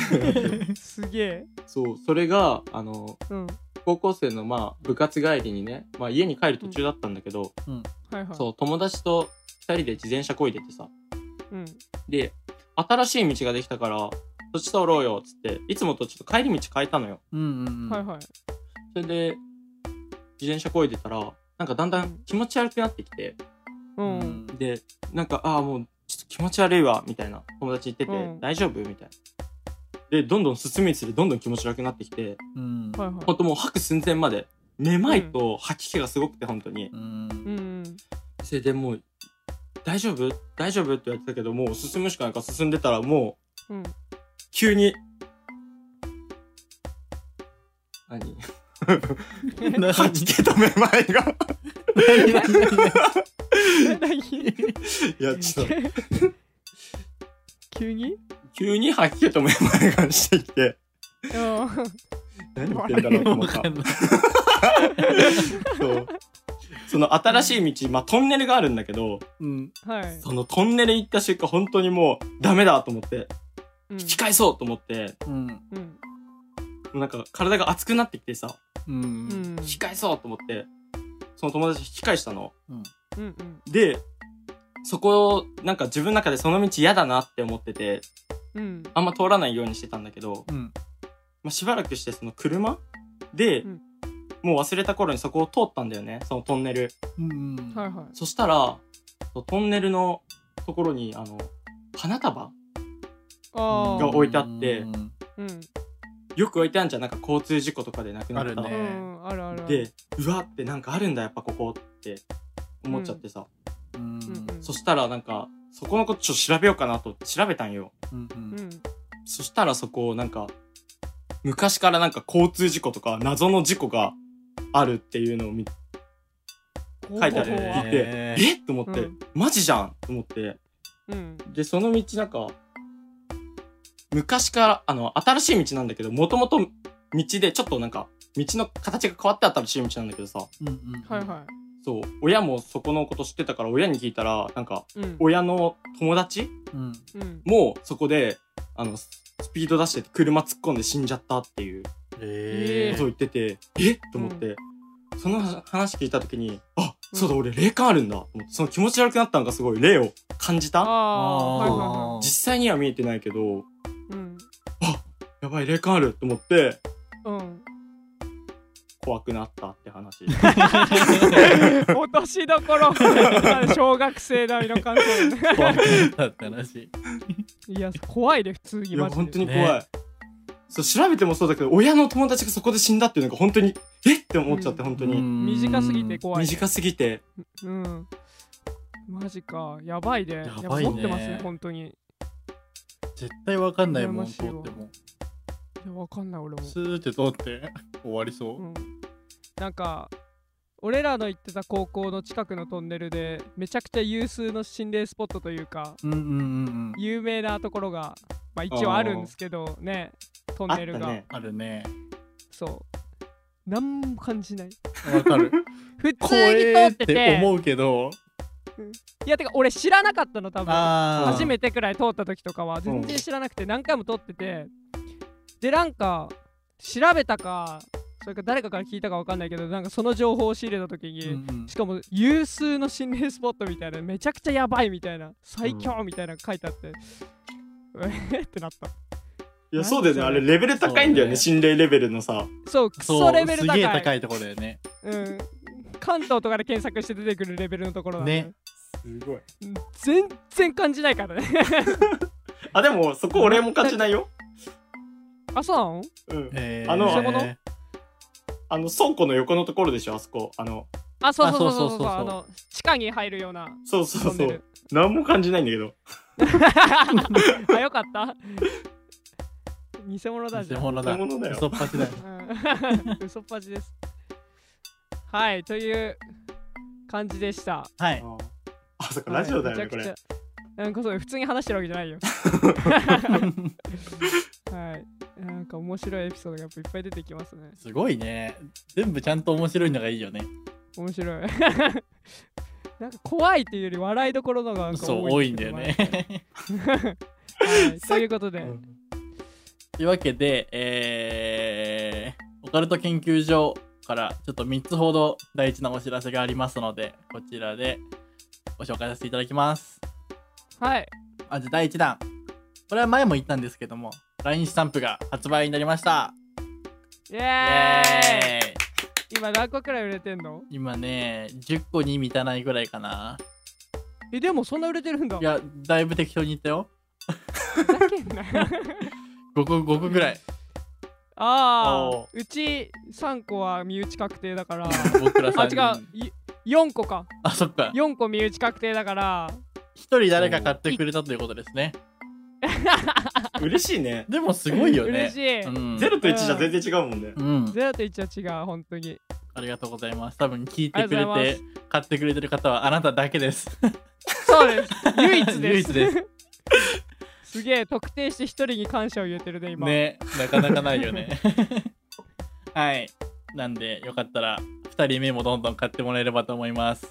S1: すげえ
S3: そう、それが、あの、
S1: うん
S3: 高校生のまあ部活帰りにね、まあ、家に帰る途中だったんだけど、
S1: はいはい。
S3: そう友達と2人で自転車こいでてさ
S1: うん。
S3: で新しい道ができたからそっち通ろうよっつっていつもとちょっと帰り道変えたのよ
S2: うんうんうん。
S1: はいはい。
S3: それで自転車こいでたらなんかだんだん気持ち悪くなってきて
S1: う
S2: うん
S1: ん。
S3: でなんかああもうちょっと気持ち悪いわみたいな友達言ってて、
S1: うん
S3: 大丈夫みたいなでどんどん進むにつれどんどん気持ち悪くなってきて
S2: うん。
S1: はいはい。
S3: ほんともう吐く寸前までめまいと吐き気がすごくて本当に
S2: う。
S1: うんん。
S3: それでもう「大丈夫大丈夫?」って言われてたけどもう進むしかないから進んでたらもう
S1: うん。
S3: 急に 何 吐き気とめまいが
S1: 何
S3: いやちょっ と
S1: 急に
S3: 急に吐き気とめまいがしてきて
S1: うん。
S3: 何言ってんだろうと思
S2: わ
S3: った
S2: かんない
S3: そう。その新しい道、まあ、トンネルがあるんだけど、
S2: うん。
S1: はい。
S3: そのトンネル行った瞬間、本当にもう、ダメだと思って、
S1: うん
S3: 引き返そうと思って、
S2: う
S1: う
S2: ん。
S1: ん。
S3: もうなんか体が熱くなってきてさ、
S2: う。
S1: うんん。
S3: 引き返そうと思って、その友達引き返したの。
S1: うんうん。
S3: で、そこを、なんか自分の中でその道嫌だなって思ってて、
S1: うん。
S3: あんま通らないようにしてたんだけど、
S2: うん。
S3: まあ、しばらくしてその車で、
S1: うん
S3: もう忘れた頃にそこを通ったんだよね、そのトンネル。
S2: うん。うん。
S1: はいはい。
S3: そしたら、トンネルのところに、あの、花束
S1: あ
S3: が
S1: あ。
S3: 置いてあって
S2: うん
S1: うん。
S3: よく置いてあるんじゃん、なんか交通事故とかでなくなった。
S1: う
S2: あるね
S1: ん。あるあるある。
S3: で、うわってなんかあるんだ、やっぱここって思っちゃってさ。
S2: うん。
S1: うんうん。
S3: そしたらなんか、そこのことちょっと調べようかなと思って調べたんよ。
S2: うんうん
S1: うん。
S3: そしたらそこをなんか、昔からなんか交通事故とか謎の事故があるっていうのを見て、書いてある
S1: 方法は
S3: 聞いて、
S2: へー
S3: えっと思って、
S1: うん
S3: マジじゃんと思って。
S1: うん。
S3: で、その道なんか、昔から、あの、新しい道なんだけど、もともと道でちょっとなんか、道の形が変わって新しい道なんだけどさ、
S2: うんうん。
S1: はいは
S3: そう、親もそこのこと知ってたから、親に聞いたら、なんか、
S1: い。うん。
S3: 親の友達
S2: うん。
S1: うん。
S3: もそこで、あの、スピード出してて車突っ込んで死んじゃったっていう
S1: え
S3: こ
S1: ー
S3: とを言ってて、えっと思って、その話聞いた時に、あ、そうだ、俺霊感あるんだと思って。その気持ち悪くなったのがすごい霊を感じ
S1: あ
S3: た
S1: あ。はいは
S3: 実際には見えてないけど、
S1: いはい。うん。
S3: やばい、霊感あると思って、
S1: うん。
S3: 怖くなったっ て話。
S1: お年どころ 小学生並みの感想だね
S2: 怖くなった話。
S1: いや怖いで普通に
S3: いや、
S1: マジで
S3: 本当に怖い。そう、調べてもそうだけど、親の友達がそこで死んだっていうのが本当に、えっって思っちゃって、
S1: うん
S3: 本当に。
S1: 短すぎて怖いね、
S3: 短すぎて、
S1: うんマジかやばいでや
S2: やばいね
S1: ばい持ってますね本当にい
S2: 絶対わかんないも
S1: 羨
S2: ん
S1: まし
S2: 通
S1: い
S2: っ
S1: わ
S2: ても
S1: やわかんない俺も、
S2: スーって通って終わりそううん
S1: なんか俺らの行ってた高校の近くのトンネルでめちゃくちゃ有数の心霊スポットというか
S2: うんうんうんうん
S1: 有名なところが、まあ、一応あるんですけどねトン
S3: あっ
S1: ネル
S3: た
S1: が、
S3: ね。
S2: あるね
S1: そう何も感じない
S2: わかる
S1: 普
S2: 怖
S1: 通に
S2: え
S1: 通
S2: っ
S1: って
S2: て
S1: て
S2: 思うけど
S1: いやてか俺知らなかったの多分
S2: あ
S1: 初
S2: て
S1: めてくらい通った時とかは全然知らなくて何回も通っててでなんか調べたかそれか誰かから聞いたかわかんないけどなんかその情報を仕入れた時に、しかも有数の心霊スポットみたいなめちゃくちゃやばいみたいな最強みたいなの書いてあって、えーってなった
S3: いや、そうだよね。あ
S1: 何そ
S3: れ、
S1: れ
S3: レベル高いんだよね。
S2: そ
S3: 心霊レベルのさ。
S1: そうク
S2: そ
S1: ソ
S2: う
S1: レベル高
S2: す
S1: い
S2: げえ高いとこだよね
S1: うん、関東とかで検索して出てくるレベルのところだ
S2: ね
S3: すごい。
S1: うん全然感じないからね
S3: あ、でも、そこ俺も感じないよ。
S1: あそうなの
S3: うん。
S2: え
S3: あの
S2: ー
S1: そこの
S3: あの、倉庫の横のところでしょ、あそこ。あの、
S1: あそうそうそうそうそう
S2: あ
S1: あ
S2: そうそうそうそう
S1: の地下に入るような
S3: そうそ
S1: 飛
S3: うんそ
S1: でる
S3: う。何も感じないんだけど。
S1: あよかった偽物だじ
S2: 偽
S1: ゃん、うん
S2: 物だ
S3: 偽物だよ
S2: 嘘っぱちだよ
S1: 嘘っぱちですはいという感じでした
S2: はい
S3: あ、そっか、ラジオだよ
S1: は
S3: ね、
S1: い
S3: こ
S1: めちゃく。
S3: れ
S1: ちゃなんかそう普通に話してるわけじゃない よはいなんか面白いエピソードがやっぱいっぱい出てきますね
S2: すごいね全部ちゃんと面白いのがいいよね
S1: 面白い なんか怖いっていうより笑いどころのがなんか
S2: そう多
S1: 多
S2: い
S1: い
S2: んだよね
S1: はい、ということで、
S3: うん
S2: というわけでえーカルト研究所からちょっと3つほど大事なお知らせがありますので、こちらでご紹介させていただきます。
S1: はい。
S2: まず第1弾。これは前も言ったんですけども、LINE スタンプが発売になりました。
S1: イ
S2: イ
S1: エーイ
S2: エーイ
S1: 今何個くらい売れてんの
S2: 今ね、10個に満たないぐらいかな。
S1: え、でもそんな売れてるんだ。
S2: いや、だいぶ適当に言ったよ。
S1: ふざけんな。
S2: 5個、5個ぐらい。
S1: あ
S3: お
S1: あ、うち3個は身内確定だ から。
S2: 僕ら
S1: あ、
S2: 3人。
S1: 違う。い4個か。
S2: あ、そっか。
S1: 4個身内確定だから。
S2: 一人誰か買ってくれたということですね。
S3: 嬉しいね。
S2: でもすごいよね。
S1: 嬉しい。
S2: うん、
S3: 0と1じゃ全然違うもんね。
S2: うん。
S1: ゼロと1は違う、本当に。
S2: ありがとうございます。多分聞いてく
S1: あ
S2: れ
S1: りがとうござい
S2: て、買ってくれてる方はあなただけです。
S1: そうです。唯一です。。
S2: 唯一で す
S1: げえ、特定して一人に感謝を言えてるね、今。
S2: ね、なかなかない よね。はい。なんで、よかったら、2人目もどんどん買ってもらえればと思います。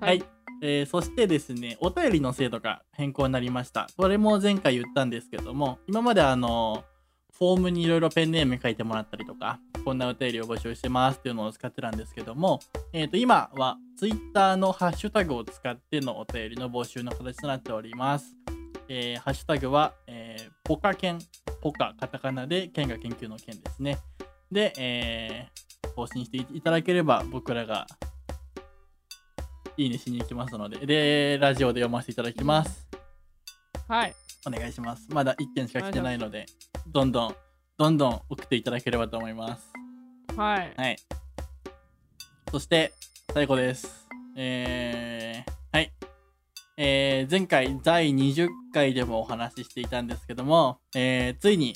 S2: はい、えーそしてですね、お便りの制度が変更になりました。これも前回言ったんですけども、今まであの、フォームにいろいろペンネーム書いてもらったりとか、こんなお便りを募集してますっていうのを使ってたんですけども、えっ、と、今は Twitter のハッシュタグを使ってのお便りの募集の形となっております。えーハッシュタグは、えーポカケン、ポカ、カタカナで、県が研究の県ですね。で、えー更新していただければ、僕らがいいねしに行きますので、で、ラジオで読ませていただきます。
S1: はい。
S2: お願いします。まだ1件しか来てないので、どんどん、どんどん送っていただければと思います。
S1: はい。
S2: はい。そして、最後です。えー、はい。えー、前回第20回でもお話ししていたんですけども、えー、ついに、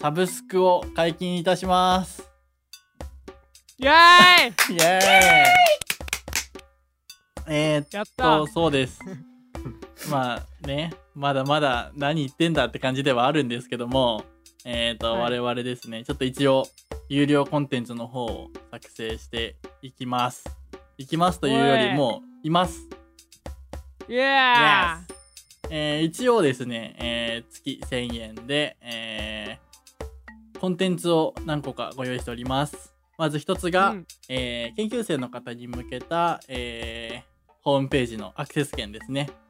S2: サブスクを解禁いたします。
S1: イエーイ
S2: イエーイえーっ
S1: やっ
S2: そ
S1: た
S2: うそ うです。まあね、まだまだ何言ってんだって感じではあるんですけども、えっ、と、
S1: はい
S2: 我々ですね、ちょっと一応、有料コンテンツの方を作成していきます。いきますというよりも、います。
S1: イエーイ
S2: えー一応ですね、えー月1000円で、えーコンテンツを何個かご用意しております。まず一つが、
S1: うん
S2: えー研究生の方に向けた、えーホームページのアクセス券ですね。
S1: うん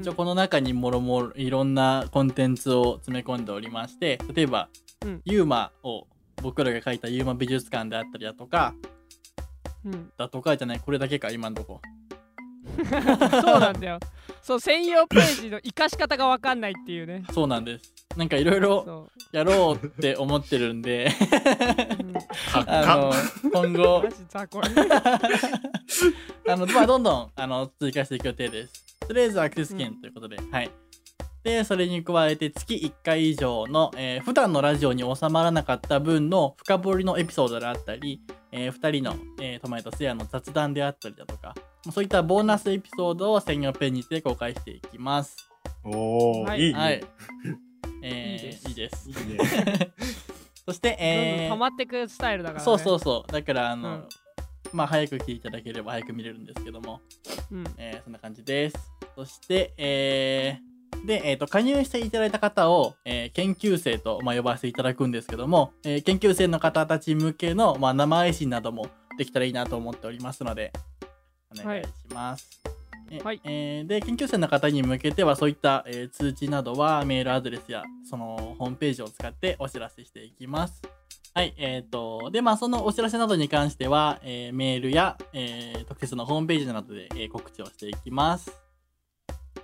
S2: 一応この中にもろもろいろんなコンテンツを詰め込んでおりまして例えば、
S1: うん
S2: ユーマを僕らが書いたユーマ美術館であったりだとか
S1: うん、
S2: だとかじゃないこれだけか今んとこ
S1: そうなんだよ。そう、専用ページの生かし方がわかんないっていうね。
S2: そうなんですなんかいろいろ
S1: そ
S2: やろうって思ってるんで
S1: う。うん、
S3: かっ
S2: あ
S3: か。
S2: の今後
S1: マジ雑魚。
S2: あの、まあ、どんどん、あの、追加していく予定です。とりあえずアクセス券ということで、はい。で、それに加えて、月1回以上の、えー普段のラジオに収まらなかった分の深掘りのエピソードであったり、え2人の、えー、トマイとスヤの雑談であったりだとか、そういったボーナスエピソードを専用ページにて公開していきます。
S3: お
S1: は
S3: ー、
S1: い
S3: いい
S2: は い
S3: ね。。
S2: えー
S1: いいです
S2: いいです
S3: い。いね。
S2: そして、
S1: どんど
S2: え
S1: ん
S2: ー
S1: 溜まってくスタイルだから、ね。
S2: そうそうそう。だから、あの、
S1: うん
S2: まあ、早く聞いていただければ早く見れるんですけども、
S1: うん。
S2: えーそんな感じです。そして、えーで、えっ、と、加入していただいた方を、えー研究生と、まあ、呼ばせていただくんですけども、えー研究生の方たち向けの、まあ、生配信などもできたらいいなと思っておりますので、お願いします。え
S1: はい
S2: えーで、研究生の方に向けては、そういった、えー通知などは、メールアドレスや、その、ホームページを使ってお知らせしていきます。はい、えっ、と、で、まあ、そのお知らせなどに関しては、えーメールや、えー特設のホームページなどで、えー告知をしていきます。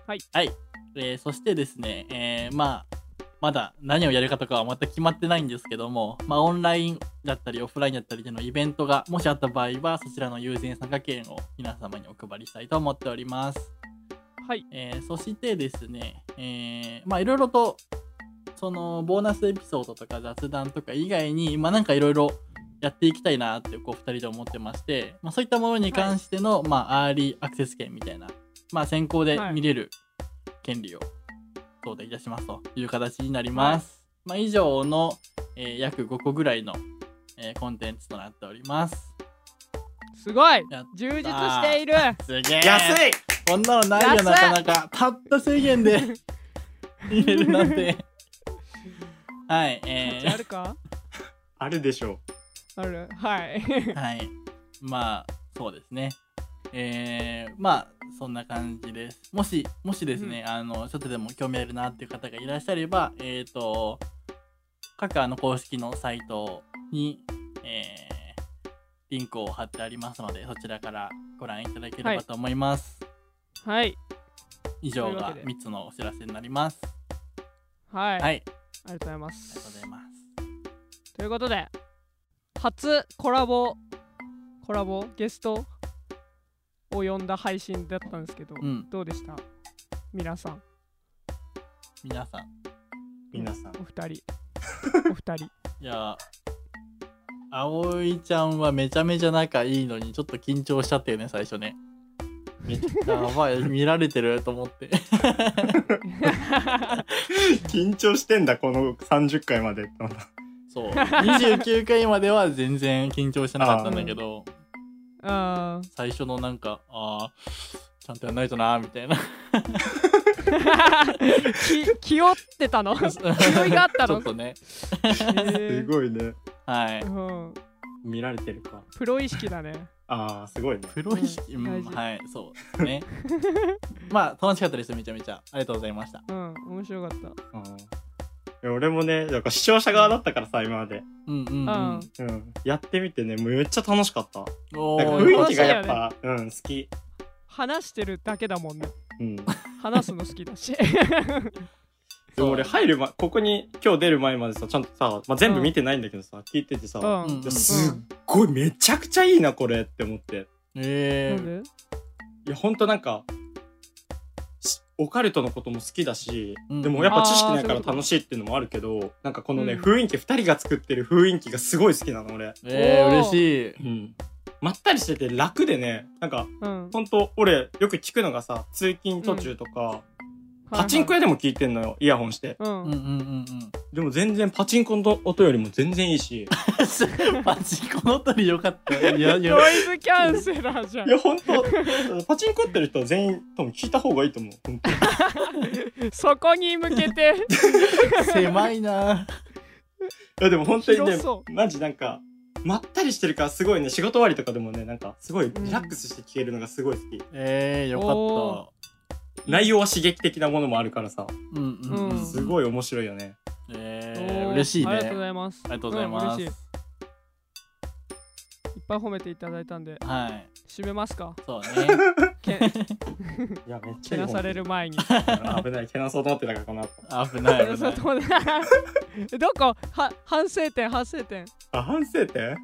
S1: はい。
S2: はい。えーそしてですね、えーまあ、まだ何をやるかとかはまた決まってないんですけども、まあ、オンラインだったり、オフラインだったりでのイベントが、もしあった場合は、そちらの優先参加券を皆様にお配りしたいと思っております。
S1: はい。
S2: えーそしてですね、えーまあいろいろとそのボーナスエピソードとか雑談とか以外に、まあ、なんかいろいろやっていきたいなってこう2人で思ってまして、まあ、そういったものに関しての、まあ、アーリーアクセス券みたいな、まあ、先行で見れる権利を頂戴いたしますという形になります。まあ、以上の、えー約5個ぐらいの、えーコンテンツとなっております。
S1: すごい
S2: やった
S1: 充実している
S2: すげえ
S3: 安い
S2: こんなのないよ、
S1: 安い
S2: なかなか。たった制限 で入れるなんて。はい、
S1: 価
S2: え
S1: 値あ
S2: ー、
S1: るか
S3: あるでしょ
S1: あるはい。
S2: はい。まあ、そうですね。えー、まあ、そんな感じです。もし、もしですね、あの、ちょっとでも興味あるなっていう方がいらっしゃれば、えっ、と、各あの公式のサイトに、えーリンクを貼ってありますので、そちらからご覧いただければと思います。
S1: はい。
S2: 以上
S1: というわ
S2: が
S1: けで
S2: 3つのお知らせになります。
S1: はい。
S2: はい、
S1: ありがとうございま
S2: ありがとうご
S1: す
S2: ざい。ます。
S1: ということで、初コラボ、コラボ、ゲストを呼んだ配信だったんですけど、
S2: うん
S1: どうでした皆さん、
S2: 皆さん、
S3: 皆さん。
S1: お 二人。お二人。
S2: いや、葵ちゃんはめちゃめちゃ仲いいのに、ちょっと緊張しちゃったよね、最初ね。
S3: めっちゃ
S2: やばい、見られてると思って。
S3: 緊張してんだ、この30回まで。
S2: そう。29回までは全然緊張してなかったんだけど、
S1: あ
S2: 最初のなんか、ああ、ちゃんとやんないとな、みたいな。
S1: ー き、 気負ってた のいがあったの
S2: ちょっとね。
S1: え
S3: す
S1: ー
S3: ごいね。
S2: はい。
S1: うん、
S3: 見られてるか。
S1: プロ意識だね。
S3: ああ、すごいね。
S2: プロ意識、うん
S1: 大事
S2: はい、そうですね。まあ、楽しかったです、めちゃめちゃ。ありがとうございました。
S1: うん、面白かった。
S3: うんいや俺もね、なんか視聴者側だったからさ、今まで。
S2: うんうんうん。
S1: うん。
S3: うん。やってみてね、めっちゃ楽しかった。
S2: お
S3: なんか
S2: ー、
S3: 雰囲気がやっぱ、うん、好き。
S1: 話してるだけだもんね。
S3: うん。
S1: 話すの好きだし。
S3: でも俺入る前、ここに今日出る前までさ、ちゃんとさ、まあ、全部見てないんだけどさ、聞いててさ、
S1: う
S3: い
S1: ん。
S3: やすっごいめちゃくちゃいいな、これって思って。
S2: え
S1: なんで
S3: いや、ほんとなんか、しオカルトのことも好きだし、
S2: うん
S3: でもやっぱ知識な
S1: あーそう
S3: いか
S1: い
S3: ら
S1: うこと
S3: 楽しいっていうのもあるけど、なんかこのね、
S1: うん
S3: 雰囲気、二人が作ってる雰囲気がすごい好きなの、俺。
S2: ー、えー、
S1: おー
S2: 嬉しい。
S3: うん。まったりしてて楽でね、なんか、
S1: うん。
S3: ほんと、俺、よく聞くのがさ、通勤途中とか、パチンコ
S1: や
S3: 屋でも聞いてんのよ、イヤホンして。
S1: う
S2: うんう
S1: ん。
S2: んうん
S3: でも全然パチンコの音よりも全然いいし。
S2: うん。パチンコの鳥よか った。いやいや、
S1: ノイズキャンセラーじゃ
S3: い
S1: ん
S3: や、。ほんと、パチンコやってる人は全員多分聞いた方がいいと思う。ほんと
S1: そこに向けて。
S2: 狭いな。
S3: いやでも本当にね
S1: 広そ
S3: マジなんかまったりしてるからすごいね仕事終わりとかでもねなんかすごいリラックスして聴けるのがすごい好き、
S2: えー、よ
S1: お
S2: か
S3: 内容は刺激的なものもあるからさ
S2: った。うんうん、う。
S1: うんん
S3: す
S2: い。
S3: ごい面白い よね、
S2: え
S1: お
S2: ー、
S1: ー
S2: 嬉しいね。
S1: ありがとうございます。
S2: ありがとうございます
S1: ん嬉しいいっぱい褒めていただいたんで、
S2: はい。
S1: 締めますか。
S2: そうね。
S1: け
S3: いやめっち
S1: け
S3: ゃいい
S1: な
S3: 本
S1: される前に。
S3: うん危ないけなそうと思ってたからこの後
S2: 危ない危
S1: そ
S2: な
S1: う
S2: い。
S1: どうだ どこは反省点反省点。
S3: あ反省点
S1: うん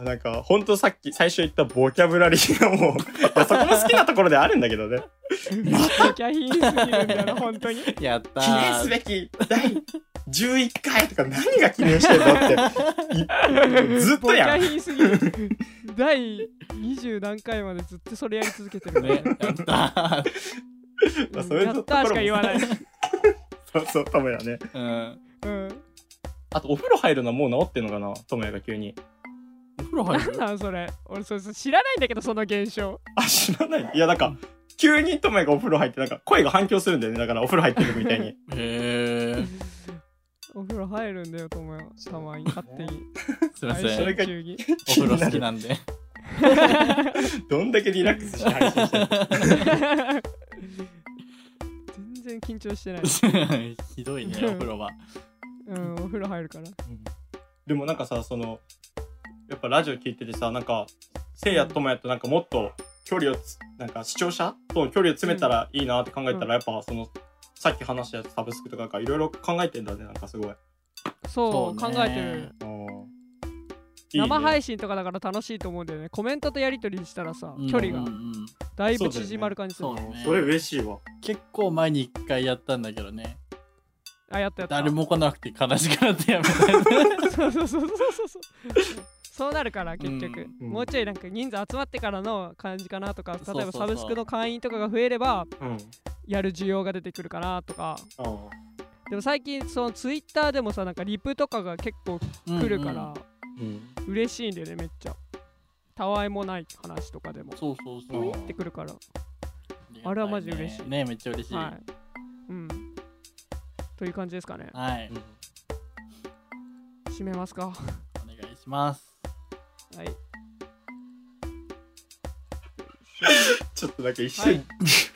S3: あなんかほんとさっき最初言ったボキャブラリーがもう いやそこも好きなところであるんだけどね
S1: めちゃひんすぎるんだな、本当に。
S2: やったー。
S3: 記念すべき第11回とか何が記念してん のっていずっ
S1: ボ
S3: と
S1: キ
S3: や
S1: ャ
S3: ん
S1: ひんすぎる。第20何回までずっとそれやり続けてるね
S2: ね、。やった
S3: まあ
S1: うん
S3: そういう
S1: やっ
S3: とこ
S1: たー
S3: ろも
S1: しか言わない。
S3: そうそうともやね
S2: ー。うん。
S1: うん。
S3: あとお風呂入るのはもう治ってんのかなともやが急に
S2: お風呂入
S1: なん
S2: る
S1: なんそれ。俺それそれ知らないんだけど、その現象。
S3: あ、知らない。いや、なんか、急にトメがお風呂入って、なんか声が反響するんだよね。だからお風呂入ってるみたい に。
S2: へえ。
S1: お風呂入るんだよ、ともよ。たまに勝手に。
S2: すいませ
S1: 配信
S2: ん。
S1: 中に。
S2: お風呂好きなんで。
S3: どんだけリラックスして配信してるの
S1: 全然緊張してない。
S2: ひどいね、お風呂は。
S1: うん、お風呂入るから。
S3: でもなんかさ、その、やっぱラジオ聞いててさ、なんか、せいやともやとなんかもっと距離をつ、なんか視聴者との距離を詰めたらいいなって考えたら、やっぱその、さっき話したやつサブスクとかなんかいろいろ考えてんだね、なんかすごい。あ
S1: そう、
S2: ね
S1: 考えてる。。生配信とかだから楽しいと思うんだよね。コメントとやりとりしたらさ、距離
S2: うんう
S1: が
S2: んうん
S1: だいぶ縮まる感じする
S2: そう。ね。
S3: それ嬉しいわ。
S2: 結構前に一回やったんだけどね。
S1: あ、やったやった。
S2: 誰も来なくて悲しくなってやめた。
S1: そうそうそうそうそうそう。そうなるから結局、
S3: うん
S1: もうちょいなんか人数集まってからの感じかなとか
S2: そう
S1: 例え
S2: そ
S1: ば
S2: うそう
S1: サブスクの会員とかが増えれば
S3: うん。
S1: やる需要が出てくるかなとか
S3: あー
S1: でも最近そのツイッターでもさなんかリプとかが結構来るか
S2: うんう
S1: ら
S3: うん。
S1: 嬉しいんだよねめっちゃたわいもない話とかでも
S2: ん。そうそう
S1: ポイ
S2: そ
S1: っ
S2: う。
S1: てくるから
S2: あ
S1: あれはマジ嬉しい
S2: ね、めっちゃ嬉しい。
S1: は
S2: はい
S1: うんという感じですかね
S2: い。
S1: 締めますか。
S2: お願いします。
S1: はい。
S3: ちょっとだけ一
S1: はい
S3: 瞬、。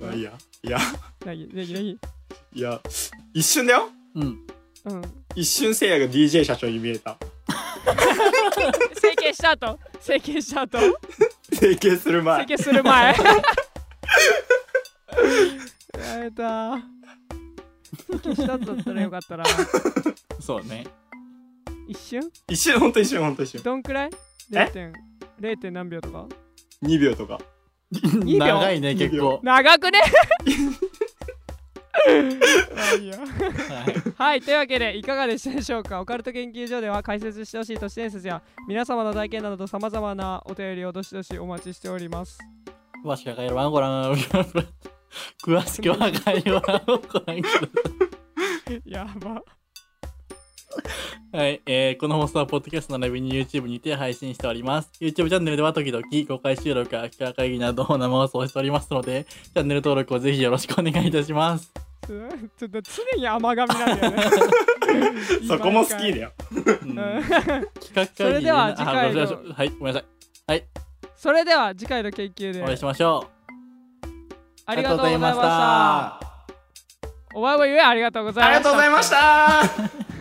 S3: まあいいや、いや、
S1: なぎなぎなぎ。
S3: いや、一瞬だよ
S2: うん。
S1: うん。
S3: 一瞬せいやが DJ 社長に見えた。
S1: 整形した後整形した後
S3: 整形する
S1: 整
S3: 前。
S1: 形する前。やめた。整形した後だったらよかったな。
S2: そうね。
S1: 一瞬
S3: 一瞬、ほんと一瞬、ほんと一瞬。
S1: どんくらい
S3: え
S1: ?0. 点0点何秒とか
S3: 2秒とか。
S1: いいよ
S2: 長いね、結構。
S1: 長くねまあいいや
S2: はい。
S1: はいというわけでいかがでしたでしょうかオカルト研究所では解説してほしい都市伝説や皆様の体験などさまざまなお便りをどしどしお待ちしております
S2: 詳しくは概要欄をご覧ください。詳しくは概要欄をご覧くださ
S1: やば
S2: い。はい。えー、この放送は、ポッドキャスト並びに YouTube にて配信しております。YouTube チャンネルでは、時々公開収録や企画会議などを生放送しておりますので、チャンネル登録をぜひよろしくお願いいたします。
S1: つちょっと常に甘噛みなんだよ ね
S3: そこも好きだよ。
S2: うん
S1: うん
S2: 企画会議
S1: それでは次回の
S2: あごめんなさいはい、ごめんなさい。
S1: それでは次回の研究
S2: お会いし
S1: で
S2: ましょう。
S1: ありがとうございました。お前も言えありがとうございました
S3: ありがとうございました